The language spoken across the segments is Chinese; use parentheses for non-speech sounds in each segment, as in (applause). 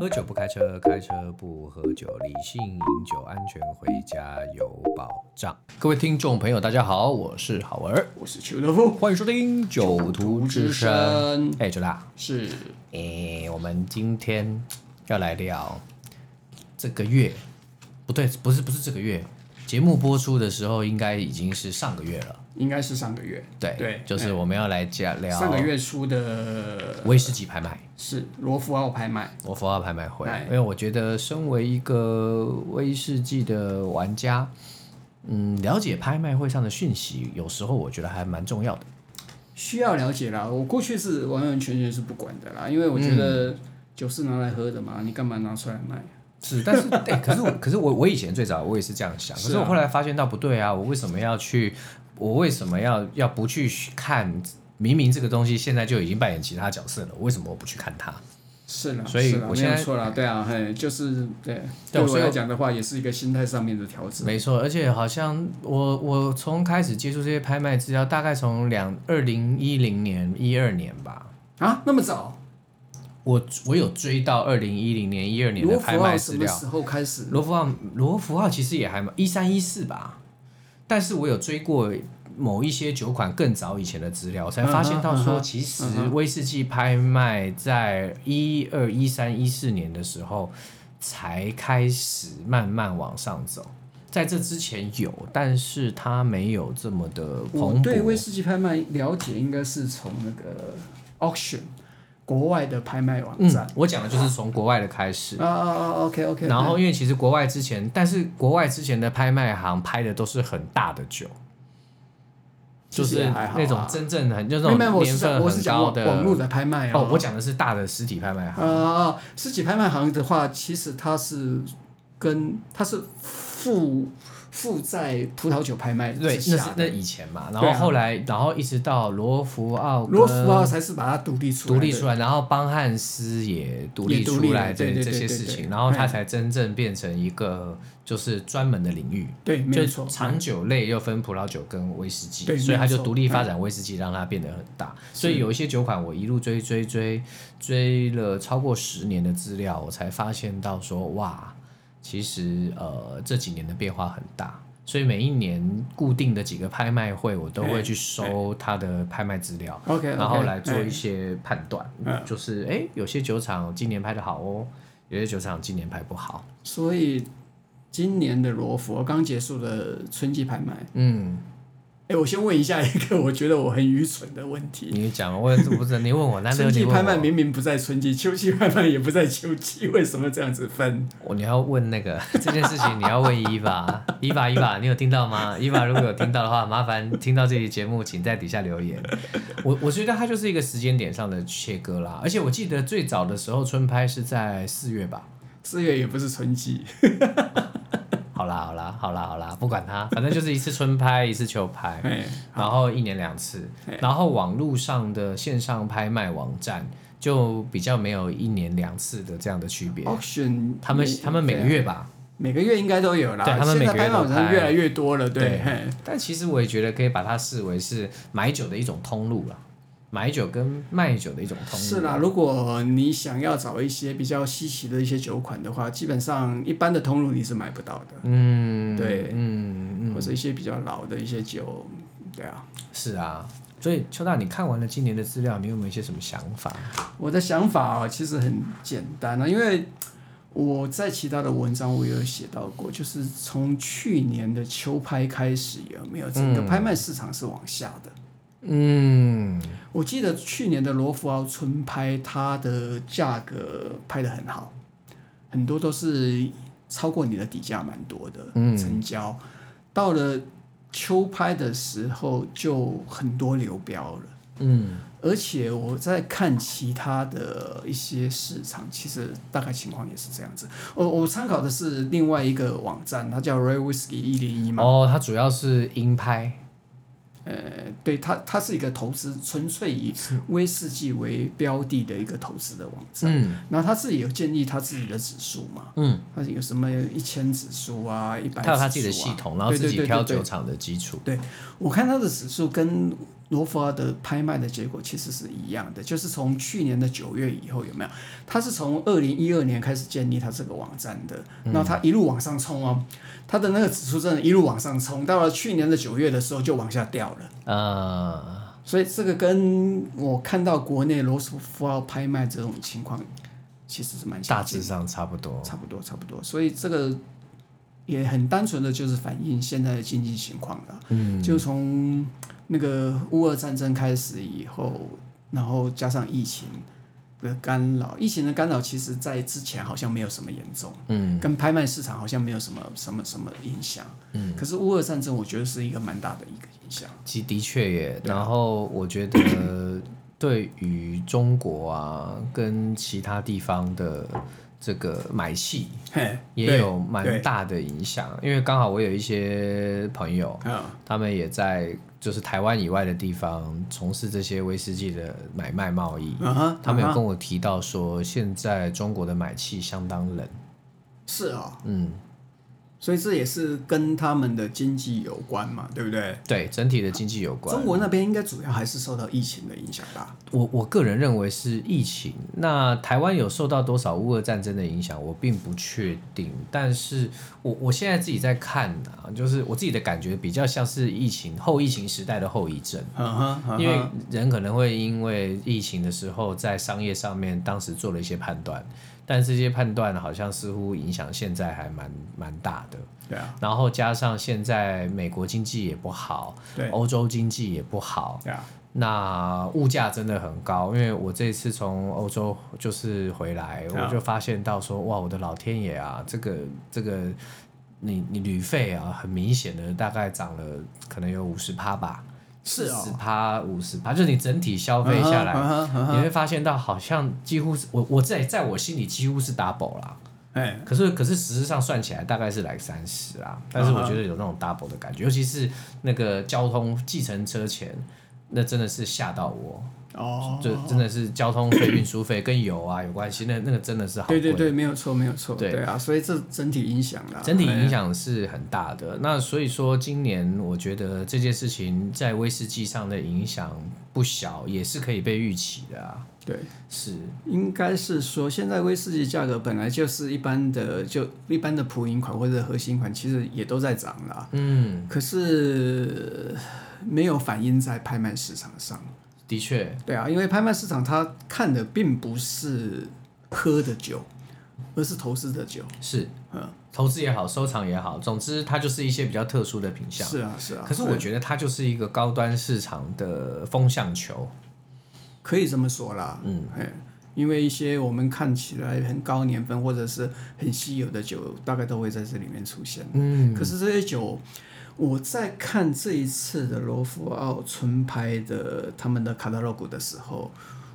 喝酒不开车，开车不喝酒，理性饮酒，安全回家有保障。各位听众朋友，大家好，我是好文儿，我是邱德夫，欢迎收听《酒徒之声》。哎，九大，是哎，我们今天要来聊这个月，不对，不是不是这个月，节目播出的时候应该已经是上个月了。应该是上个月，对对，哎就是我们要来讲聊上个月出的威士忌拍卖。是罗浮奥拍卖，我符号拍卖会哎，因为我觉得身为一个威士忌的玩家，嗯，了解拍卖会上的讯息，有时候我觉得还蛮重要的。需要了解啦。我过去是完完全全是不管的啦，因为我觉得嗯酒是拿来喝的嘛，你干嘛拿出来卖？是，但是， (laughs) 哎、可是我，可是我，我以前最早我也是这样想，可是是啊我后来发现到不对啊，我为什么要去，我为什么要要不去看？明明这个东西现在就已经扮演其他角色了，为什么我不去看它？是啦，所以是啦我没现有在错啦，对啊，嘿，就是对，对对所我以来我讲的话，也是一个心态上面的调整。没错，而且好像我我从开始接触这些拍卖资料，大概从两二零一零年一二年吧，啊，那么早？我我有追到二零一零年、一二年的罗拍浮卖奥资什么料。时候开始？罗浮奥，罗浮奥其实也还蛮一三一四吧，但是我有追过某一些酒款更早以前的资料，我才发现到嗯哼嗯说，哼其实嗯哼威士忌拍卖在一二一三一四年的时候才开始慢慢往上走。在这之前有，但是它没有这么的我蓬对威勃。士忌拍卖了解应该是从那个 auction 国外的拍卖网嗯站。，我讲的就是从国外的开始。啊啊啊！OK OK。然后因为其实国外之前，但是国外之前的拍卖行拍的都是很大的酒，就其实也是还好啊那种真正很就没那有没有，种我年是份我是很讲高网的网络的啊拍卖哦，我讲讲的是大的实体拍卖行，啊，实体拍卖行的话，其实它是跟它是附附在葡萄酒拍卖对，之那是嗯下那的，以前嘛，然对后啊后来然后一直到罗浮奥罗浮跟奥才是把它独立出呃独来的，立出来，然后邦汉斯也独立也独出立来了这对对这对些对事对情，对然后它嗯才真正变成一个就是专门的领域。对，没就有是错，长酒类又分葡萄酒跟威士忌，对所以它没就有错嗯独立发展威士忌，让它变得很大。所以有一些酒款，我一路追追追追了超过十年的资料，我才发现到说，哇，其实呃这几年的变化很大。所以每一年固定的几个拍卖会，我都会去收它的拍卖资料，哎 OK，嗯然后来哎做一些判断，就是哎，有些酒厂今年拍的好哦，有些酒厂今年拍不好，所以今年的罗浮啊刚结束的春季拍卖，嗯。哎，我先问一下一个我觉得我很愚蠢的问题。你讲，我也不是你问 (laughs) 我，难得春你季问我拍卖明明不在春季，秋季拍卖也不在秋季，为什么这样子分？我你要问那个 (laughs) 这件事情，你要问伊娃，伊娃伊娃，你有听到吗？伊娃如果有听到的话，麻烦听到这期节目，请在底下留言。我我觉得它就是一个时间点上的切割啦，而且我记得最早的时候春拍是在四月吧。四月也不是春季，好啦好啦好啦好啦，不管它，反正就是一次春拍，一次秋拍。哎，然后一年两次，然后网络上的线上拍卖网站就比较没有一年两次的这样的区哦别。 auction 啊他们每他们每个月吧，每个月应该都有啦，对他们每个现在月拍卖都网站开越来越多了，对，对嘿但其实我也觉得可以把它视为是买酒的一种通路啦，买酒跟卖酒的一种通路。是啦。如果你想要找一些比较稀奇的一些酒款的话，基本上一般的通路你是买不到的，嗯，对嗯嗯，或者一些比较老的一些酒，对啊。是啊。所以邱大，你看完了今年的资料，你有没有一些什么想法？我的想法哦，其实很简单啊，因为我在其他的文章我也有写到过，就是从去年的秋拍开始，有没有整个拍卖市场是往下的？嗯，我记得去年的罗浮奥春拍，它的价格拍得很好，很多都是超过你的底价蛮多的嗯成交。到了秋拍的时候，就很多流标了。嗯，而且我在看其他的一些市场，其实大概情况也是这样子。我我参考的是另外一个网站，它叫 Ray Whiskey 一零一嘛。哦，它主要是鹰拍，呃，对，它它是一个投资，纯粹以威士忌为标的的一个投资的网站。嗯然后他自己有建立他自己的指数嘛，嗯，他有什么一千指数啊，一百、啊它有它自己的系统，然后自己挑酒厂的基础，我看他的指数跟罗浮尔的拍卖的结果其实是一样的，就是从去年的九月以后有没有？它是从二零一二年开始建立它这个网站的，嗯然后它一路往上冲哦，它的那个指数真的一路往上冲，到了去年的九月的时候就往下掉了。呃，所以这个跟我看到国内罗斯福尔拍卖这种情况，其实是蛮大相近致的，上差不多。差不多差不多。所以这个也很单纯的就是反映现在的经济情况了。嗯，就从那个乌俄战争开始以后，然后加上疫情的干扰，疫情的干扰其实在之前好像没有什么严重，嗯，跟拍卖市场好像没有什么什么什么影响，嗯，可是乌俄战争我觉得是一个蛮大的一个影响，其的确耶。然后我觉得对于中国啊，跟其他地方的这个买气嘿，也对有对蛮大的影响，因为刚好我有一些朋友，啊，他们也在就是台湾以外的地方从事这些威士忌的买卖贸易。啊哈，他们有啊哈跟我提到说，现在中国的买气相当冷。是哦，嗯，所以这也是跟他们的经济有关嘛，对不对？对，整体的经济有关。中国那边应该主要还是受到疫情的影响吧？我我个人认为是疫情。那台湾有受到多少乌俄战争的影响，我并不确定。但是我我现在自己在看啊，就是我自己的感觉比较像是疫情后疫情时代的后遗症。嗯哼，嗯哼因为人可能会因为疫情的时候，在商业上面当时做了一些判断，但这些判断好像似乎影响现在还蛮蛮大的。对啊，然后加上现在美国经济也不好，对啊欧洲经济也不好，对啊，那物价真的很高，因为我这次从欧洲就是回来，啊我就发现到说，哇，我的老天爷啊，这个这个，你你旅费啊，很明显的大概涨了，可能有五十趴吧，是哦十趴五十趴，就是你整体消费下来，嗯哼嗯哼嗯哼你会发现到好像几乎是我我在在我心里几乎是 double 啦，哎，可是可是实质上算起来大概是来三十啊，但是我觉得有那种 double 的感觉，尤其是那个交通计程车钱，那真的是吓到我，哦，就真的是交通费、运输费跟油啊有关系，那那个真的是好对贵。对对，没有错，没有错，对对啊，所以这整体影响啦，整体哎影响是很大的。那所以说，今年我觉得这件事情在威士忌上的影响不小，也是可以被预期的啊。对，是，应该是说现在威士忌价格本来就是一般的，就一般的普饮款或者核心款，其实也都在涨啦，嗯，可是没有反映在拍卖市场上。的确，对啊，因为拍卖市场它看的并不是喝的酒，而是投资的酒。是，嗯投资也好，收藏也好，总之它就是一些比较特殊的品相。是啊，是啊。可是我觉得它就是一个高端市场的风向球。可以这么说啦，嗯，因为一些我们看起来很高年份或者是很稀有的酒，大概都会在这里面出现。嗯，可是这些酒，我在看这一次的罗浮奥春拍的他们的卡塔洛古的时候，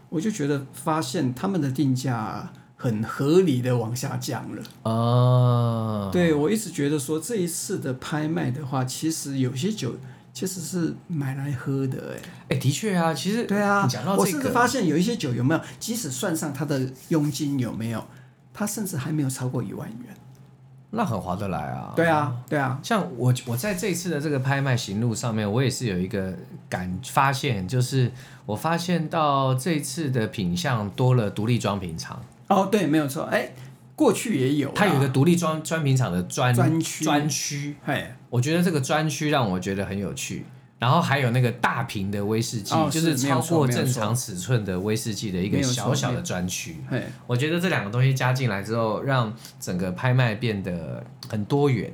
我就觉得发现他们的定价很合理的往下降了。啊，嗯对我一直觉得说这一次的拍卖的话，其实有些酒其实是买来喝的、欸，哎、的确啊，其实对啊你讲，到我这甚至个，发现有一些酒有没有，即使算上它的佣金有没有，它甚至还没有超过一万元。那很划得来啊。对啊，对啊，像我，我在这次的这个拍卖行路上面，我也是有一个感发现，就是我发现到这次的品相多了独立装瓶厂，哦，对，没有错，哎，过去也有啊，它有一个独立装装瓶厂的专专区专区，嘿，我觉得这个专区让我觉得很有趣。然后还有那个大瓶的威士忌，哦就是是没有超错过没有正错常尺寸的威士忌的一没个有错小小没的专区。嘿，我觉得这两个东西加进来之后，让整个拍卖变得很多元，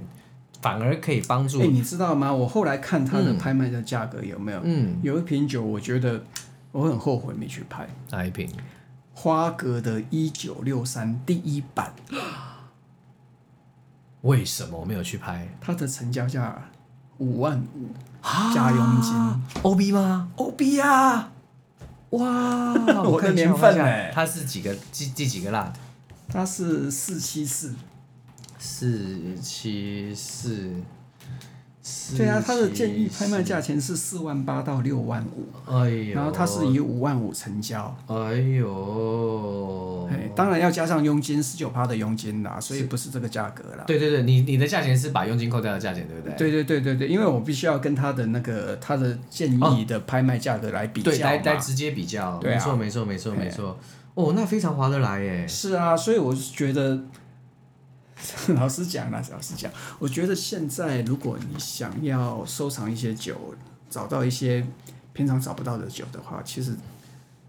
反而可以帮助哎，你知道吗？我后来看它的拍卖的价格有没有，嗯有一瓶酒，我觉得我很后悔没去拍，哪一瓶？花格的一九六三第一版，为什么我没有去拍？它的成交价五万五加佣金，O B 吗？欧币啊，，哇我的年份欸它是几个第第几个 lot？它是四七四。四七四。四对啊，它的七建议拍卖价钱是四万八到六万五，四，哎呦，然后它是以五万五成交。哎呦哎，当然要加上佣金十九趴的佣金啦，所以不是这个价格啦。对对对，你你的价钱是把佣金扣掉的价钱，对不对？对对对对对，因为我必须要跟他的那个他的建议的拍卖价格来比较对，来来嘛。直接比较，对啊没错没错没错没错。哦，那非常划得来耶。是啊，所以我是觉得， (laughs) 老实讲啦，老实讲，我觉得现在如果你想要收藏一些酒，找到一些平常找不到的酒的话，其实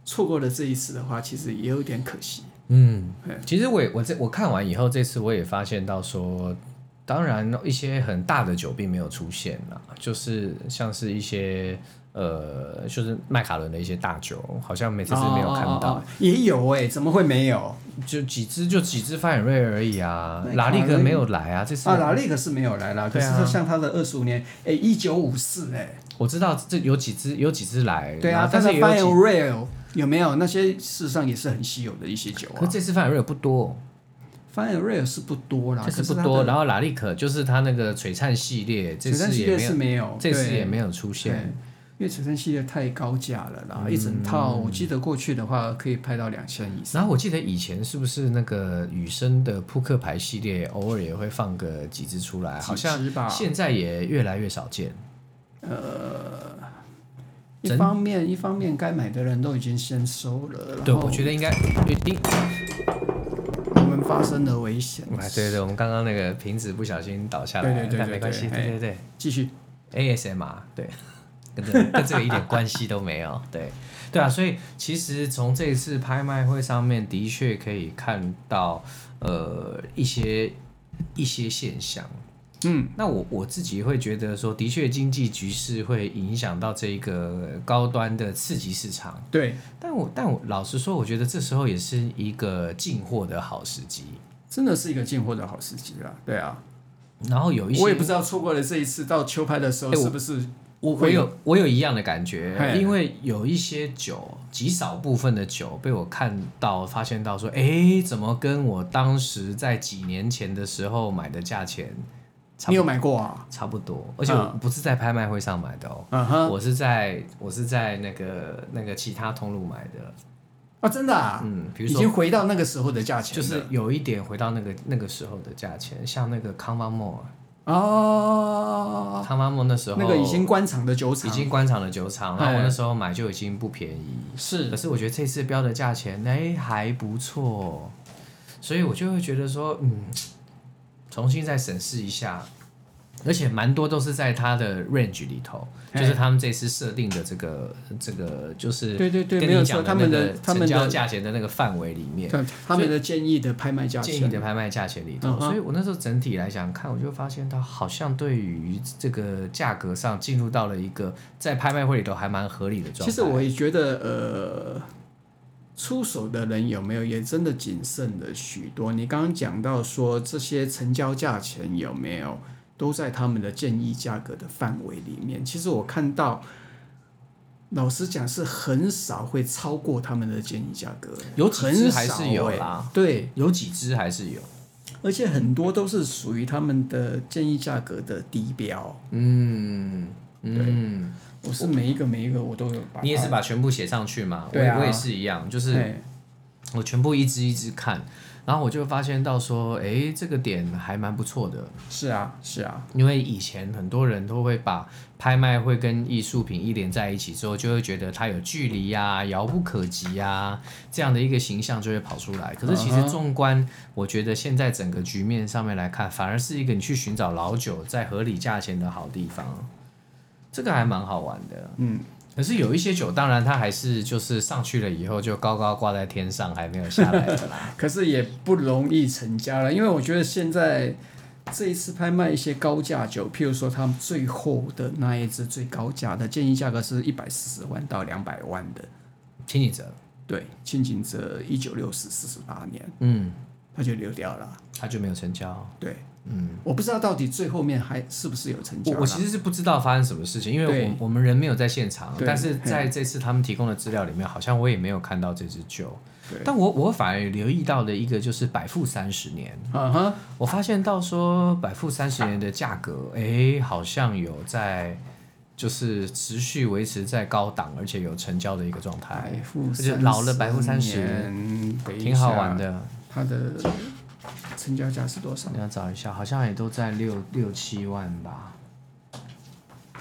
错过了这一次的话，其实也有点可惜。嗯对，其实我也我这我看完以后，这次我也发现到说，当然哦一些很大的酒并没有出现啦，就是像是一些呃，就是麦卡伦的一些大酒，好像每次是没有看到，哦哦哦哦也有哎、怎么会没有？就几支就几支范瑞而已啊，麦卡拉伦力格没有来啊，这次啊，拉力可是没有来啦，可对是啊他像他的二十五年，哎、一九五四哎，我知道这有几支有几支来，对哎然啊后，他但的是也有 Fine 几， Rail 有没有？那些事实上也是很稀有的一些酒可啊是这次范瑞不多， ，Fine Rail 是不多啦，这次可是不它多，的然后拉力可就是他那个璀璨系列，这璀璨次系也列没是有，没有，这次对也没有出现。对，因为璀璨系列太高价了啦，嗯一整套我记得过去的话可以拍到两千以上。然后我记得以前是不是那个雨生的扑克牌系列，偶尔也会放个几支出来，几好像支吧现在也越来越少见。一方面，一方面该买的人都已经先收了，对，然后我觉得应该哎一定。我们发生了危险。哎，对对，我们刚刚那个瓶子不小心倒下来，对对对但对没关系，对对对继续，对，ASMR，对， (laughs) 跟这个跟这个一点关系都没有，对对啊，所以其实从这一次拍卖会上面的确可以看到，呃，一些一些现象。嗯，那我我自己会觉得说，的确经济局势会影响到这个高端的次级市场，对，但我但我老实说，我觉得这时候也是一个进货的好时机。真的是一个进货的好时机啦。对啊，然后有一些我也不知道错过了这一次到秋拍的时候哎我是不是我我会有我有一样的感觉嘿，因为有一些酒，极少部分的酒被我看到发现到说，哎、怎么跟我当时在几年前的时候买的价钱差不你有买过啊？差不多，而且我不是在拍卖会上买的哦。嗯哼，我是在我是在那个那个其他通路买的，啊，真的啊，嗯，比已如经说回到那个时候的价钱就了，是有一点回到那个那个时候的价钱，像那个康邦莫尔，哦，康邦莫那时候那个已经关厂的酒厂已经关厂了酒厂，然后我哎那时候买就已经不便宜，是可是我觉得这次标的价钱哎还不错，所以我就会觉得说，嗯，重新再审视一下，而且蛮多都是在它的 range 里头，嘿就是他们这次设定的这个这个就是对对对跟没有你错讲他那们个的他成们交的价钱的那个范围里面。对，他们的建议的拍卖价建议的钱，拍卖价钱里嗯头，哼所以我那时候整体来讲看，我就发现它好像对于这个价格上进入到了一个在拍卖会里头还蛮合理的状态。其实我也觉得呃，出手的人有没有也真的谨慎了许多。你刚刚讲到说这些成交价钱有没有都在他们的建议价格的范围里面？其实我看到。老实讲，是很少会超过他们的建议价格，有几很只少还是有欸啦对，有几只还是有，而且很多都是属于他们的建议价格的低标。嗯嗯，我是每一个每一个我都有把它，你也是把全部写上去嘛？我嗯对啊我也是一样，就是哎我全部一只一只看，然后我就发现到说，诶，这个点还蛮不错的，是啊是啊，因为以前很多人都会把拍卖会跟艺术品一连在一起之后，就会觉得它有距离呀、遥不可及呀、这样的一个形象就会跑出来。可是其嗯实哼纵观，我觉得现在整个局面上面来看，反而是一个你去寻找老酒在合理价钱的好地方，这个还蛮好玩的。嗯，可是有一些酒，当然它还是就是上去了以后就高高挂在天上，还没有下 (laughs) 来的啦。可是也不容易成交了，因为我觉得现在这一次拍卖一些高价酒，譬如说他们最后的那一只最高价的建议价格是一百四十万到两百万的，清景泽，对，清景泽一九六四四十八年，嗯，他就流掉了。它就没有成交。对，嗯，我不知道到底最后面还是不是有成交我啦。我其实是不知道发生什么事情，因为对我我们人没有在现场，啊对但是在这次他们提供的资料里面，好像我也没有看到这支酒。对，但我我反而留意到的一个就是百富三十年，啊哈。嗯我发现到说百富三十年的价格，哎、好像有在就是持续维持在高档而且有成交的一个状态，百富就老了百分之30%年，等一挺好玩下。的。它的成交价是多少？你要找一下，好像也都在六六七万吧。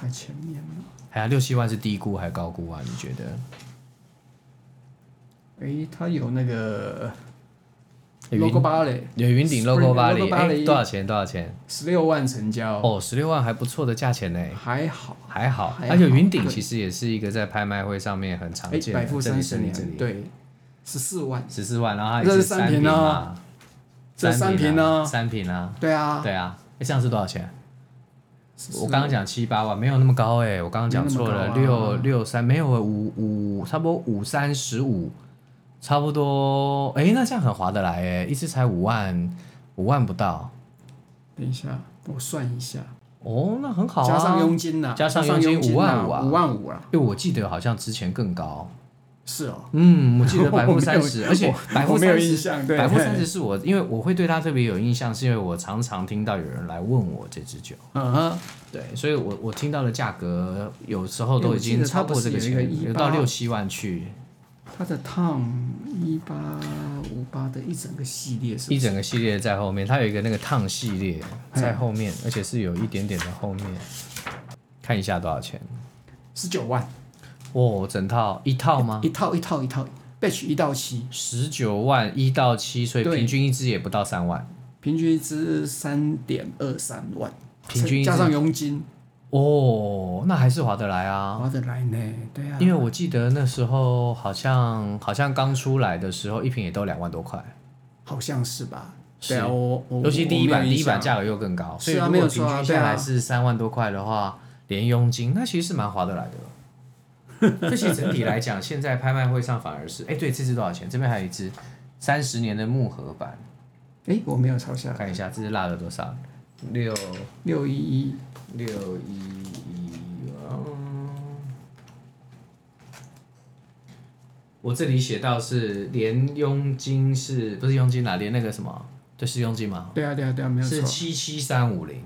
在前面呢。哎呀，六七万是低估还是高估啊？你觉得？诶，它有那个有云 logo 芭蕾，有云顶 logo Spring 巴黎， Logo 哎、 Bali 多少钱？多少钱？十六万成交，哦，十六万还不错的价钱呢，还好。还好。还好而且云顶对其实也是一个在拍卖会上面很常诶，见百的，富这三里十这里这年，里，对，十四万。十四万，然后它也这是是三瓶瓶啊嘛，这三三瓶啊，呢三瓶啊，对啊，对啊。哎，这样是多少钱？ 14我刚刚讲七八万，没有那么高哎、我刚刚讲错没那了，么高六啊六三没有五五，差不多五三十五，差不多哎、那这样很划得来哎、一次才五万，五万不到等一下，我算一下，哦，那很好啊。加上佣金呐，加上佣佣金金5万五啊五万五啊，因为我记得好像之前更高，是哦。嗯， (laughs) 我记得百分之 (laughs) 我没三有十，而且我百分我没有之三印十，象，对，百分之三十是我，因为我会对它特别有印象，是因为我常常听到有人来问我这支酒，嗯哼，对，所以我我听到的价格有时候因为都我已记经得它超不过是这个有一钱，个18有到六七万去，它的 Tom 一八五八的一整个系列是不一是整个系列在后面，它有一个那个烫系列在后面，而且是有一点点的后面，看一下多少钱。十九万哦，整套一套吗一？套一套一套，batch 一到七，十九万一到七，所以对平均一支也不到三万。平均一支三点二三万，平均一支加上佣金，哦，那还是划得来啊，划得来呢，对啊，因为我记得那时候好像好像刚出来的时候，一瓶也都两万多块，好像是吧？是对啊，我我尤其第一版我没第一有印象版价格又更高，所以是啊如没果有平错啊均下来对啊是三万多块的话，连佣金，那其实是蛮划得来的。 (laughs) 这些整体来讲，现在拍卖会上反而是，哎，对，这支多少钱？这边还有一支三十年的木盒版，诶，我没有抄下来，看一下这支落了多少？六六一一六一一，嗯我这里写到是连佣金是不是佣金啦？连那个什么，对，是佣金吗？对啊对啊对啊，没有是错。七七三五零，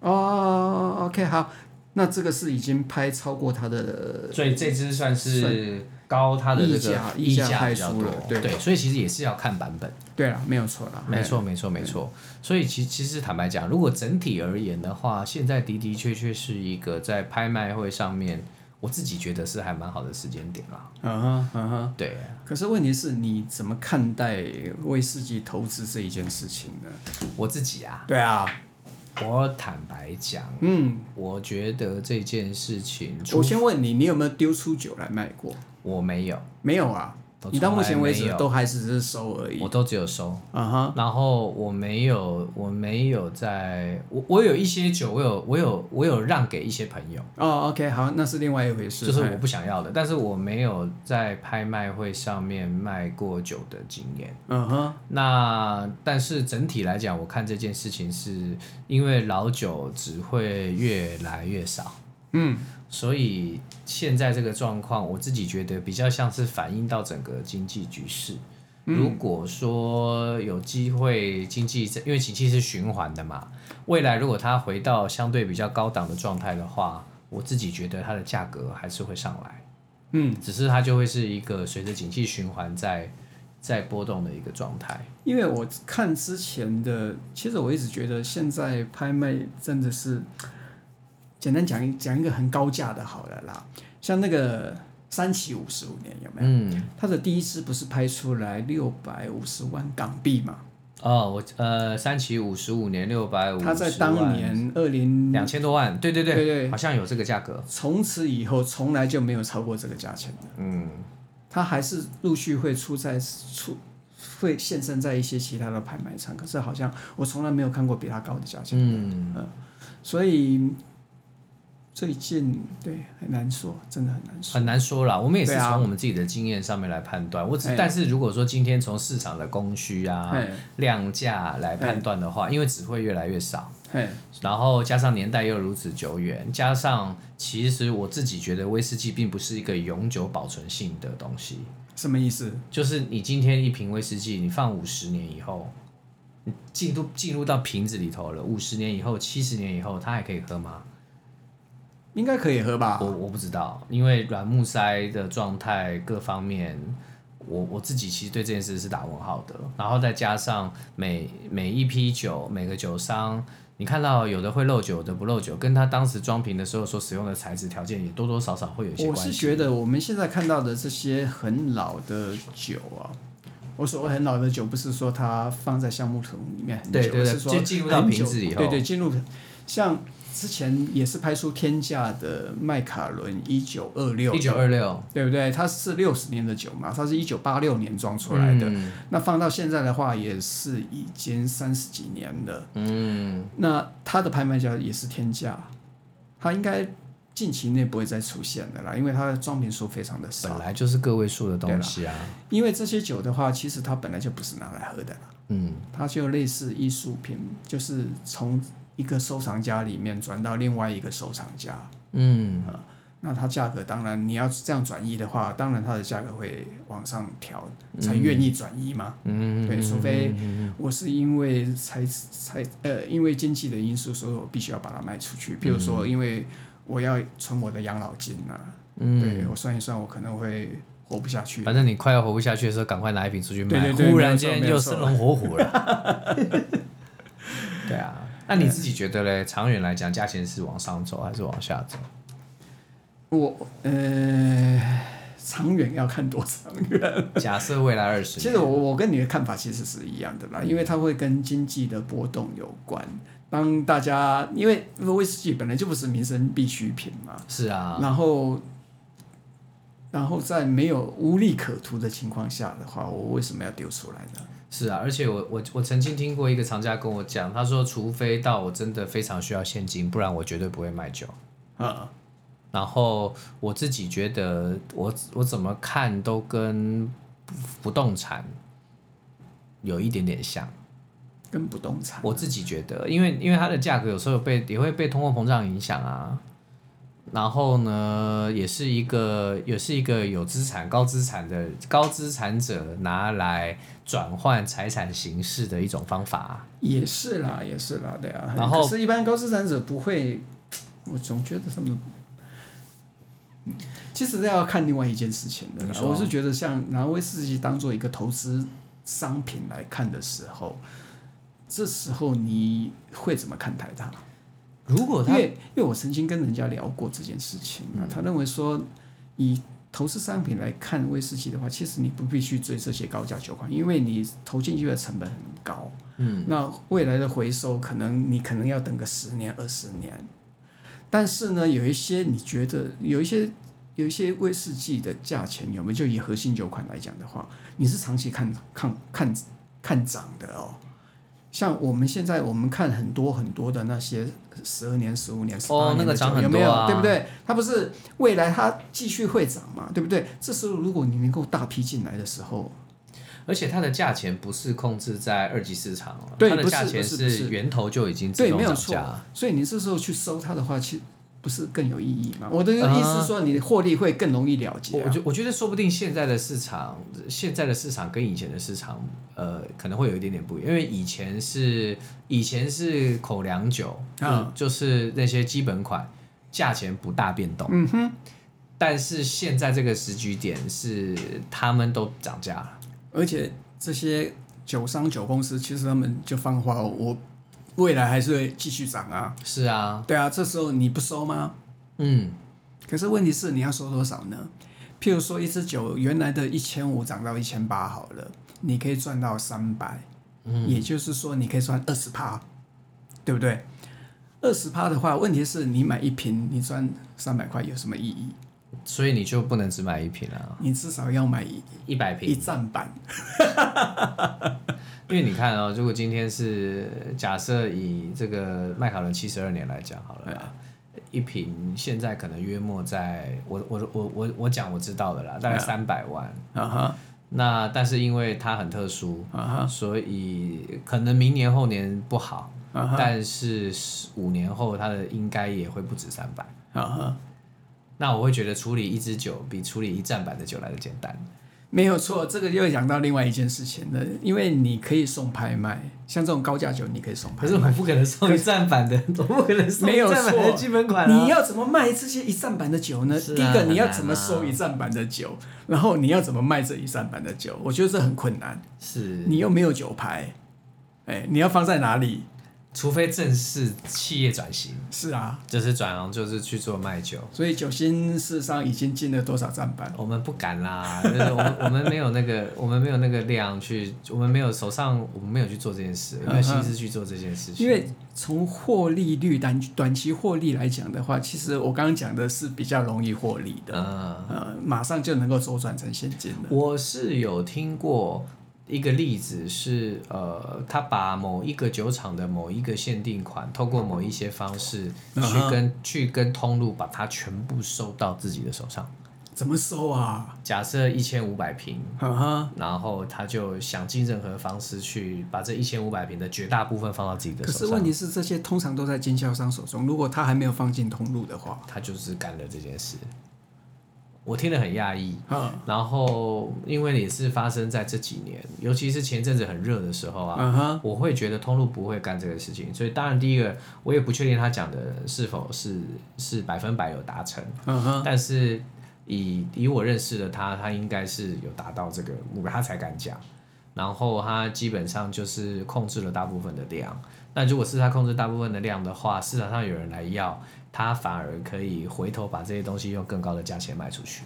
哦，OK，好，那这个是已经拍超过它的，所以这支算是高它的这溢价个溢价价太比较粗多了，对啊所以其实也是要看版本。对了，没有错了，没错，没错，没错。所以其其实坦白讲，如果整体而言的话，现在的的确确是一个在拍卖会上面，我自己觉得是还蛮好的时间点啦。嘿，嗯哼嗯哼。对，可是问题是你怎么看待威士忌投资这一件事情呢？我自己啊，对啊，我坦白讲，嗯，我觉得这件事情，我先问你，你有没有丢出酒来卖过？我没有，没有啊都，你到目前为从来没止有嗯都还只是收而已我。都只有收。啊哈，然后我没有，我没有在，我我有一些酒，我有我有我有让给一些朋友，哦，OK，好，那是另外一回事。哎就是我嘿不想要的，但是我没有在拍卖会上面卖过酒的经验。嗯哼，那但是整体来讲，我看这件事情是因为老酒只会越来越少，嗯，所以现在这个状况，我自己觉得比较像是反映到整个经济局势。嗯如果说有机会经济，因为景气是循环的嘛，未来如果它回到相对比较高档的状态的话，我自己觉得它的价格还是会上来，嗯，只是它就会是一个随着景气循环在在波动的一个状态。因为我看之前的，其实我一直觉得现在拍卖真的是，简单讲一讲一个很高价的好了啦，像那个三七五十五年有没有？嗯，它的第一支不是拍出来六百五十万港币嘛？哦，我呃，三期五十五年六百五，它在当年二零，两千多万，对对对，对对好像有这个价格。从此以后从来就没有超过这个价钱的。嗯，它还是陆续会出在出会现身在一些其他的拍卖场，可是好像我从来没有看过比它高的价钱。呃嗯，所以最近对很难说，真的很难说。很难说啦。我们也是对啊从我们自己的经验上面来判断。我只、哎但是如果说今天从市场的供需啊、嘿，量价来判断的话，因为只会越来越少，嘿，然后加上年代又如此久远，加上其实我自己觉得威士忌并不是一个永久保存性的东西。什么意思？就是你今天一瓶威士忌，你放五十年以后，你进入进入到瓶子里头了，五十年以后、七十年以后，它还可以喝吗？应该可以喝吧我？我不知道，因为软木塞的状态各方面，我我自己其实对这件事是打问号的。然后再加上每每一批酒，每个酒商，你看到有的会漏酒，有的不漏酒，跟他当时装瓶的时候所使用的材质条件也多多少少会有一些我关系。是觉得我们现在看到的这些很老的酒啊，我所谓很老的酒，不是说它放在橡木桶里面很久，对对而对是说就进入到很瓶久子以后对对，进入像之前也是拍出天价的麦卡伦一九二六，一九二六对不对？它是六十年的酒嘛，它是一九八六年装出来的。嗯那放到现在的话，也是已经三十几年了。嗯，那它的拍卖价也是天价，它应该近期内不会再出现的啦，因为它的装瓶数非常的本少。来就是个位数的东西啊，因为这些酒的话，其实它本来就不是拿来喝的啦，嗯，它就类似艺术品，就是从一个收藏家里面转到另外一个收藏家。嗯，那它价格当然，你要这样转移的话，当然它的价格会往上调，才愿意转移嘛。嗯，对，除非我是因为财财呃，因为经济的因素，所以我必须要把它卖出去。比如嗯说，因为我要存我的养老金啊，嗯对我算一算，我可能会活不下去。反正你快要活不下去的时候，赶快拿一瓶出去卖。对对对忽没有然错间没有又错生龙活虎了。 (laughs) 对啊，那你自己觉得嘞？长远来讲，价钱是往上走还是往下 (laughs) 走？我呃，长远要看多长远。假设未来二十其年，实我我跟你的看法其实是一样的啦，因为它会跟经济的波动有关。当大家因为威士忌本来就不是民生必需品嘛，是啊，然后，然后在没有无利可图的情况下的话，我为什么要丢出来呢？是啊，而且我我我曾经听过一个藏家跟我讲，他说，除非到我真的非常需要现金，不然我绝对不会卖酒。啊，然后我自己觉得我，我怎么看都跟不不动产有一点点像。跟不动产，我自己觉得，因为因为它的价格有时候被也会被通货膨胀影响啊。然后呢，也是一个也是一个有资产、高资产的高资产者拿来转换财产形式的一种方法啊、也是啦，也是啦，对啊。然后可是，一般高资产者不会，我总觉得他们。其实这要看另外一件事情的啦你，说我是觉得像拿威士忌当做一个投资商品来看的时候，这时候你会怎么看待它？如果因他为因为我曾经跟人家聊过这件事情啊，他认为说，以投资商品来看威士忌的话，其实你不必去追这些高价酒款，因为你投进去的成本很高。嗯，那未来的回收可能你可能要等个十年二十年，但是呢，有一些你觉得有一些有一些威士忌的价钱有没有就以核心酒款来讲的话，你是长期看看看看涨的哦。像我们现在我们看很多很多的那些十二年、十五年、十八哦年那个的酒涨很有没多有？啊对不对？它不是未来它继续会涨嘛？对不对？这时候如果你能够大批进来的时候，而且它的价钱不是控制在二级市场了，对它的不是价钱不是不是源头就已经自对，动没涨有错价。。所以你这时候去收它的话，其实不是更有意义吗？我的意思是说，你的获利会更容易了我结、我啊。觉我觉得说不定现在的市场，现在的市场跟以前的市场，呃，可能会有一点点不一样，因为以前是以前是口粮酒，嗯就就是那些基本款，价钱不大变动。嗯哼。但是现在这个时局点是他们都涨价了，而且这些酒商、酒公司，其实他们就放话，我未来还是会继续涨啊。是啊，对啊，这时候你不收吗？嗯，可是问题是你要收多少呢？譬如说，一支酒原来的一千五涨到一千八好了，你可以赚到三百，也就是说你可以赚二十趴，对不对？二十趴的话，问题是你买一瓶，你赚三百块有什么意义？所以你就不能只买一瓶啊，你至少要买一一百瓶一站版，因为你看哦，如果今天是假设以这个麦卡伦七十二年来讲好了啦，一瓶现在可能约莫在我我我我我讲我知道的啦，大概三百万。啊哈那但是因为它很特殊，啊哈所以可能明年后年不好，啊哈但是五年后它的应该也会不止三百。啊哈！那我会觉得处理一支酒比处理一站版的酒来的简单。没有错，这个又讲到另外一件事情了，因为你可以送拍卖，像这种高价酒你可以送拍可是我卖，不可能送一站版 (laughs) 的，我不可能送没一有站版的错基本款啊。你要怎么卖这些一站版的酒呢？是啊第一个很你要难怎么啊收一站版的酒，然后你要怎么卖这一站版的酒？我觉得这很困难，是，你又没有酒牌，哎，你要放在哪里？除非正式企业转型，是啊，就是转行就是去做卖酒。所以酒心事实上已经进了多少站版？我们不敢啦， (laughs) 就是我们我们没有那个，我们没有那个量去，我们没有手上，我们没有去做这件事，没有心思去做这件事情。嗯因为从获利率短短期获利来讲的话，其实我刚刚讲的是比较容易获利的，嗯，呃，马上就能够周转成现金的。我是有听过一个例子是，呃，他把某一个酒厂的某一个限定款，透过某一些方式嗯去哼跟、去跟通路把它全部收到自己的手上。怎么收啊？假设一千五百瓶，哈哈。然后他就想尽任何方式去把这一千五百瓶的绝大部分放到自己的可手是上问。题是，这些通常都在经销商手中。如果他还没有放进通路的话，他就是干了这件事，我听得很讶异。嗯然后，因为也是发生在这几年，尤其是前阵子很热的时候啊，嗯哼，我会觉得通路不会干这个事情。所以，当然第一个，我也不确定他讲的是否是是百分百有达成，嗯哼，但是以以我认识的他，他应该是有达到这个目标，他才敢讲。然后他基本上就是控制了大部分的量。那如果是他控制大部分的量的话，市场上有人来要，他反而可以回头把这些东西用更高的价钱卖出去。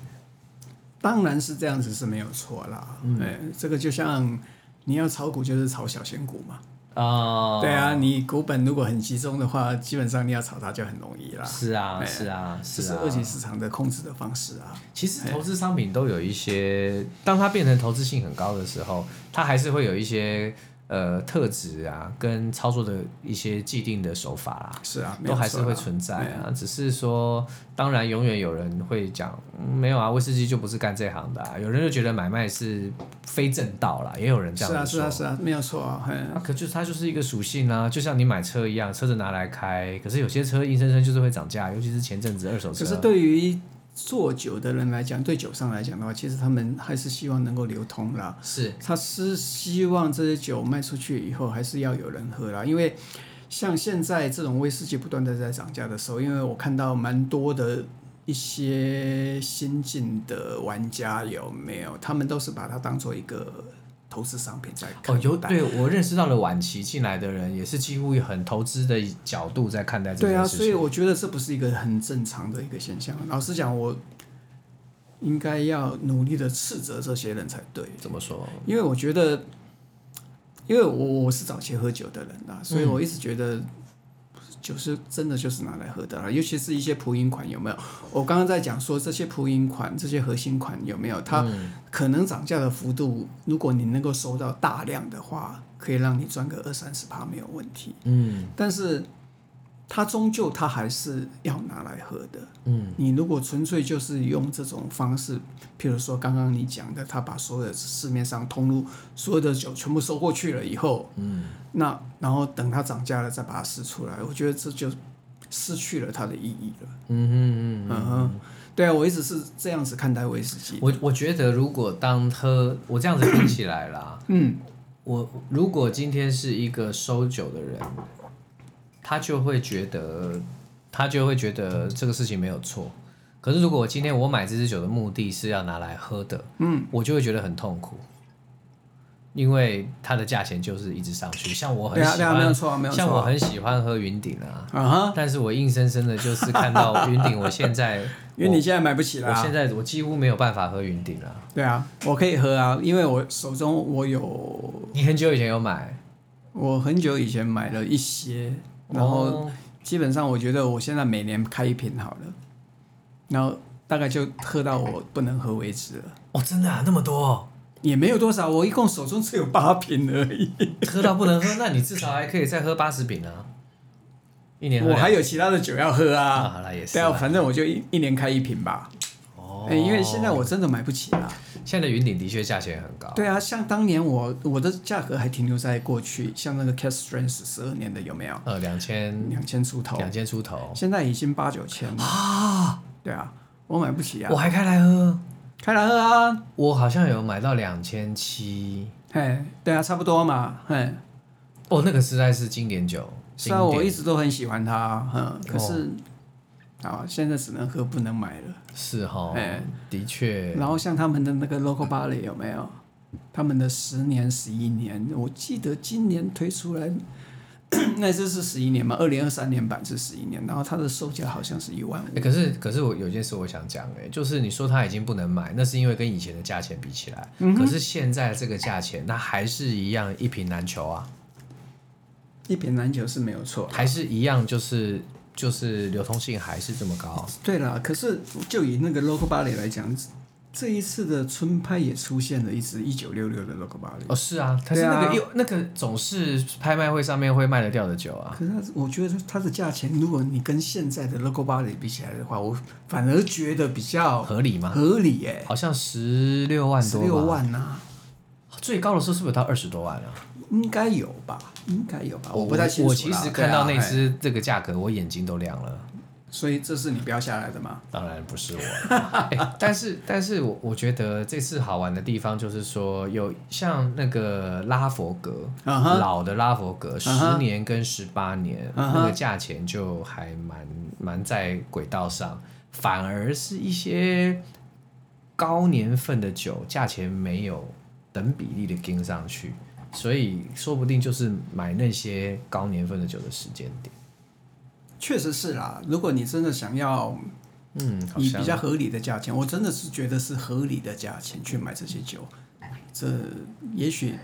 当然是这样子是没有错啦。嗯，这个就像你要炒股就是炒小型股嘛。哦，对啊，你股本如果很集中的话，基本上你要炒它就很容易啦。是啊，哎是啊，这是是啊二。级市场的控制的方式啊。其实投资商品都有一些，当它变成投资性很高的时候，它还是会有一些呃特质啊，跟操作的一些既定的手法啦、是啊，没都有还错是会啦存在哎啊，只是说，当然永远有人会讲、嗯没有啊，威士忌就不是干这行的、啊，有人就觉得买卖是非正道啦，也有人这样是啊，子是说。啊，是啊，没有错啊。嗯，啊可就是它就是一个属性啊，就像你买车一样，车子拿来开，可是有些车硬生生就是会涨价，尤其是前阵子二手车。可是对于做酒的人来讲，对酒商来讲的话，其实他们还是希望能够流通啦。是他是希望这些酒卖出去以后，还是要有人喝啦，因为。像现在这种威士忌不断的在涨价的时候，因为我看到蛮多的一些新进的玩家有没有，他们都是把它当做一个投资商品在看哦，有待对我认识到了晚期进来的人，也是几乎以很投资的角度在看待这对件啊，事情。所以我觉得这不是一个很正常的一个现象。老实讲，我应该要努力的斥责这些人才对，怎么说？因为我觉得，因为我我是早期喝酒的人啊，所以我一直觉得。酒是真的就是拿来喝的啦，尤其是一些普饮款有没有？我刚刚在讲说这些普饮款、这些核心款有没有？它嗯可能涨价的幅度，如果你能够收到大量的话，可以让你赚个二三十趴没有问题。嗯但是它终究它还是要拿来喝的。嗯，你如果纯粹就是用这种方式，譬如说刚刚你讲的，他把所有的市面上通路所有的酒全部收过去了以后，嗯，那然后等它涨价了再把它试出来，我觉得这就失去了它的意义了。嗯嗯嗯嗯哼，对啊，我一直是这样子看待威士忌。我我觉得，如果当喝我这样子听起来啦， (clears throat) 嗯，我如果今天是一个收酒的人，他就会觉得他就会觉得这个事情没有错。可是如果我今天我买这支酒的目的是要拿来喝的，嗯，我就会觉得很痛苦，因为它的价钱就是一直上去。像我对很啊，喜对啊，没有欢，错啊，没有错像我啊。很喜欢喝云顶啊，啊哈，但是我硬生生的就是看到云顶，我现在因为你现在买不 (laughs) 起了、我啊。现在我几乎没有办法喝云顶了。对啊，我可以喝啊，因为我手中我有你很久以前有买，我很久以前买了一些，然后哦基本上我觉得我现在每年开一瓶好了，然后大概就喝到我不能喝为止了，哦真的啊，那么多 (laughs) 哦、也没有多少，我一共手中只有八瓶而已，喝到不能喝，那你至少还可以再喝八十饼啊，一年喝我还有有其他的酒要喝啊，啊。好了也是对啊，啦，反正我就一一年开一瓶吧。哦哎，因为现在我真的买不起啦。现在的云顶的确价钱很高，对啊，像当年我我的价格还停留在过去，像那个 c a s t r a n g 十二年的有没有？呃两千两千出头，两千出头现在已经八九千了啊。对啊，我买不起啊我。还开来喝，开来喝啊！我好像有买到两千七，嘿，对啊，差不多嘛，嘿，哦，那个实在是经典酒，虽经然啊我典哦一直都很喜欢它，嗯，可是，啊，现在只能喝不能买了。是哈哎，的确，然后像他们的那个 local barley 有没有？他们的十年、十一年，我记得今年推出来 (clears throat) 那只是十一年嘛，二零二三年版是十一年，然后它的售价好像是一万欸可是，可是我有件事我想讲，哎，就是你说它已经不能买，那是因为跟以前的价钱比起来，嗯可是现在这个价钱，那还是一样一瓶难求啊，一瓶难求是没有错。还是一样，就是就是流通性还是这么高，啊对啦，可是就以那个 local barley 来讲，这一次的春拍也出现了一支一九六六的 local barley，、哦，是啊，可是那对啊个又、那个总是拍卖会上面会卖得掉的酒啊，可是它我觉得它的价钱，如果你跟现在的 local barley 比起来的话，我反而觉得比较合理吗？合理耶、好像十六万十多吧，六万呐、最高的时候是不是有到二十多万啊？应该有吧，应该有吧，不太清楚我啦。其实对看到那啊，哎只这个价格，我眼睛都亮了。所以这是你标下来的吗？当然不是我啦、 (laughs) 哎但是但是我我觉得这次好玩的地方就是说，有像那个拉佛格嗯哼老的拉佛格，十、嗯哼年跟十八年嗯哼那个价钱就还蛮蛮在轨道上，反而是一些高年份的酒价钱没有等比例的跟上去，所以说不定就是买那些高年份的酒的时间点。确实是啦，如果你真的想要嗯，好以像比较合理的价钱，我真的是觉得是合理的价钱去买这些酒，这也许，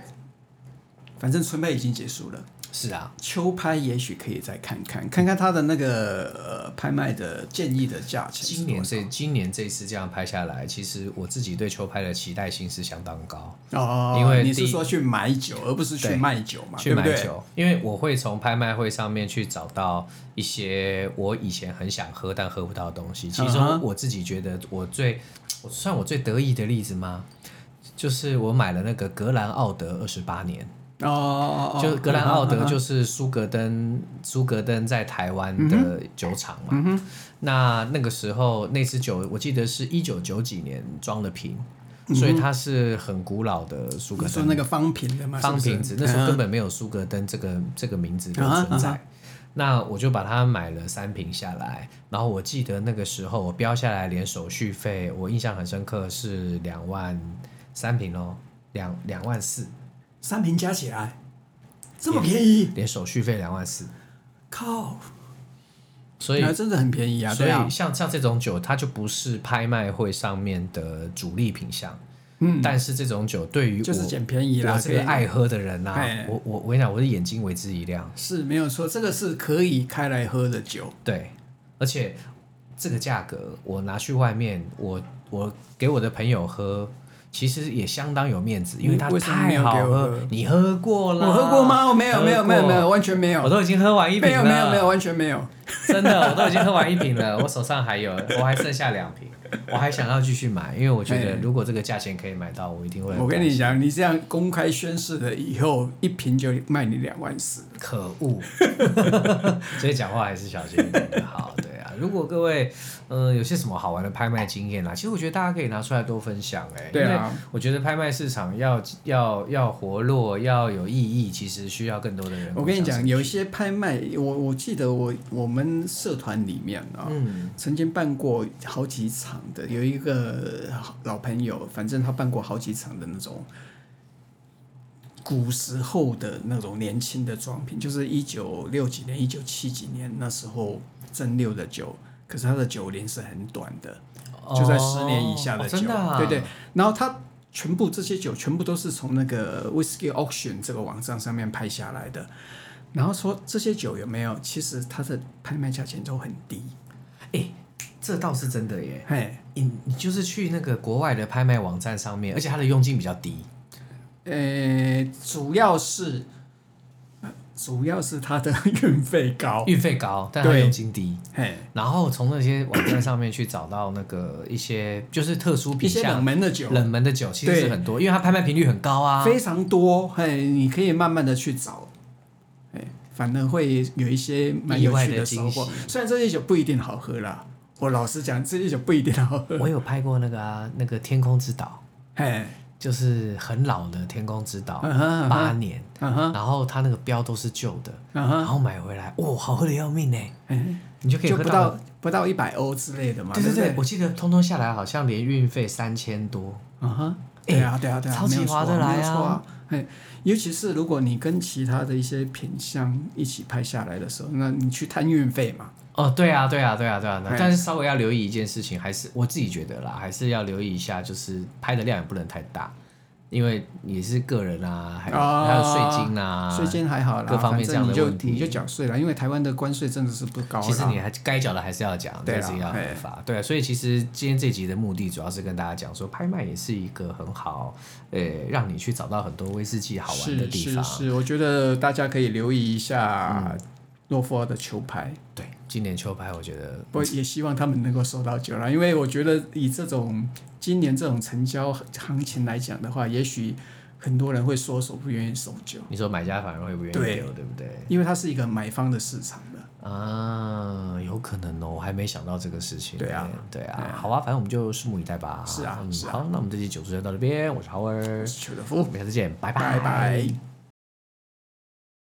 反正春拍已经结束了，是啊，秋拍也许可以再看看，看看它的那个呃拍卖的建议的价钱是今多年少。这今年这一次这样拍下来，其实我自己对球拍的期待性是相当高，哦，因为你第是一说去买酒，而不是去对卖酒嘛，去买啊对不对？球，因为我会从拍卖会上面去找到一些我以前很想喝但喝不到的东西。其嗯中哼我自己觉得我最，我算我最得意的例子吗？就是我买了那个格兰奥德二十八年，哦哦哦，就格兰奥嗯德哼就是苏格登，苏格登在台嗯湾的酒厂嘛。那那个时候那支酒，我记得是一九九几年装的瓶，所以它是很古老的苏格嗯你登。说那个方瓶的嘛，方是不嗯瓶是子，那时候根本没有苏格登这个这个名字的存嗯在。那我就把它买了三瓶下来，然后我记得那个时候我标下来连手续费，我印象很深刻是两万三瓶哦，两两万四，三瓶加起来这么便宜，连手续费两万四，靠！所以那真的很便宜啊，所对啊以，像像这种酒，它就不是拍卖会上面的主力品项。嗯，但是这种酒对于我就是捡便宜啦我这可个以爱喝的人啊嘿，我我我跟你讲，我的眼睛为之一亮。是没有错，这个是可以开来喝的酒，对，而且这个价格我拿去外面，我我给我的朋友喝，其实也相当有面子，因为它嗯为什么没太有好给我喝。喝你喝过了？我喝过吗？哦我没有，喝没有，没有，过没有，完全没有我，都已经喝完一瓶没了，有，没有，没有，，完全没有。真的，我都已经喝完一瓶了，我手上还有， (laughs) 我还剩下两瓶，我还想要继续买，因为我觉得哎如果这个价钱可以买到，我一定会很我跟开你心讲，你这样公开宣誓了以后，一瓶就卖你两万四。可 (laughs) 恶，所以讲话还是小心一点比较好。对啊，如果各位嗯、呃有些什么好玩的拍卖经验啦，啊其实我觉得大家可以拿出来多分享哎、欸，对啊因为我觉得拍卖市场要要要活络，要有意义，其实需要更多的人。我跟你讲，，有一些拍卖，我我记得我我们社团里面啊、嗯，曾经办过好几场的，有一个老朋友，反正他办过好几场的那种古时候的那种年轻的装瓶，就是一九六几年、一九七几年那时候蒸馏的酒，可是它的酒龄是很短的，就在十年以下哦的哦酒，真的、啊，对对。然后它全部这些酒全部都是从那个 Whisky Auction 这个网站上面拍下来的。然后说这些酒有没有？其实它的拍卖价钱都很低，这倒是真的耶。嘿，你你就是去那个国外的拍卖网站上面，而且它的佣金比较低。呃，主要是呃主要是它的 (laughs) 运费高，运费高，但它哦对佣金低。嘿，然后从那些网站上面去找到那个一些就是特殊一品些冷相、门的酒冷门的酒，其实是对很多，因为它拍卖频率很高啊。非常多，嘿，你可以慢慢的去找，哎，反而会有一些蛮有意外趣的收获惊。虽然这些酒不一定好喝啦，我老实讲，这一种不一定 (laughs) 好喝。我有拍过那个啊，那个《天空之岛嘿，》，就是很老的《天空之岛》嗯哼，八年，嗯哼，然后它那个标都是旧的，嗯然哼，后买回来，哇，好喝的要命呢！嗯你就可以就喝不到不到一百欧之类的嘛，对对对不对，我记得通通下来好像连运费三千多，嗯哼，对啊，对啊，对啊，哎超级没有错划得来啊没有错啊。嘿，尤其是如果你跟其他的一些品相一起拍下来的时候，那你去摊运费嘛，哦，对啊，对啊，对啊，对啊，哎但是稍微要留意一件事情，还是我自己觉得啦，还是要留意一下，就是拍的量也不能太大，因为也是个人啊，还有、哦还有税金啊，税金还好啦，各方面反这正样你的就问题你就缴税了，因为台湾的关税真的是不高啦。其实你还该缴的还是要缴，对但啊啦是要合法。对啊，所以其实今天这集的目的主要是跟大家讲说，拍卖也是一个很好，呃，让你去找到很多威士忌好玩的地方。嗯是是是，我觉得大家可以留意一下洛夫尔的球拍，对，今年秋拍我觉得不过也希望他们能够收到酒啦，因为我觉得以这种今年这种成交行情来讲的话，也许很多人会缩手不愿意收酒，你说买家反而会不愿意对丢，对不对？因为它是一个买方的市场的。啊，有可能哦，我还没想到这个事情。对啊，对啊，好啊，反正我们就拭目以待吧。是啊嗯是啊好，那我们这期酒就到这边，我是豪尔，球的服我务，们下次见，拜拜拜。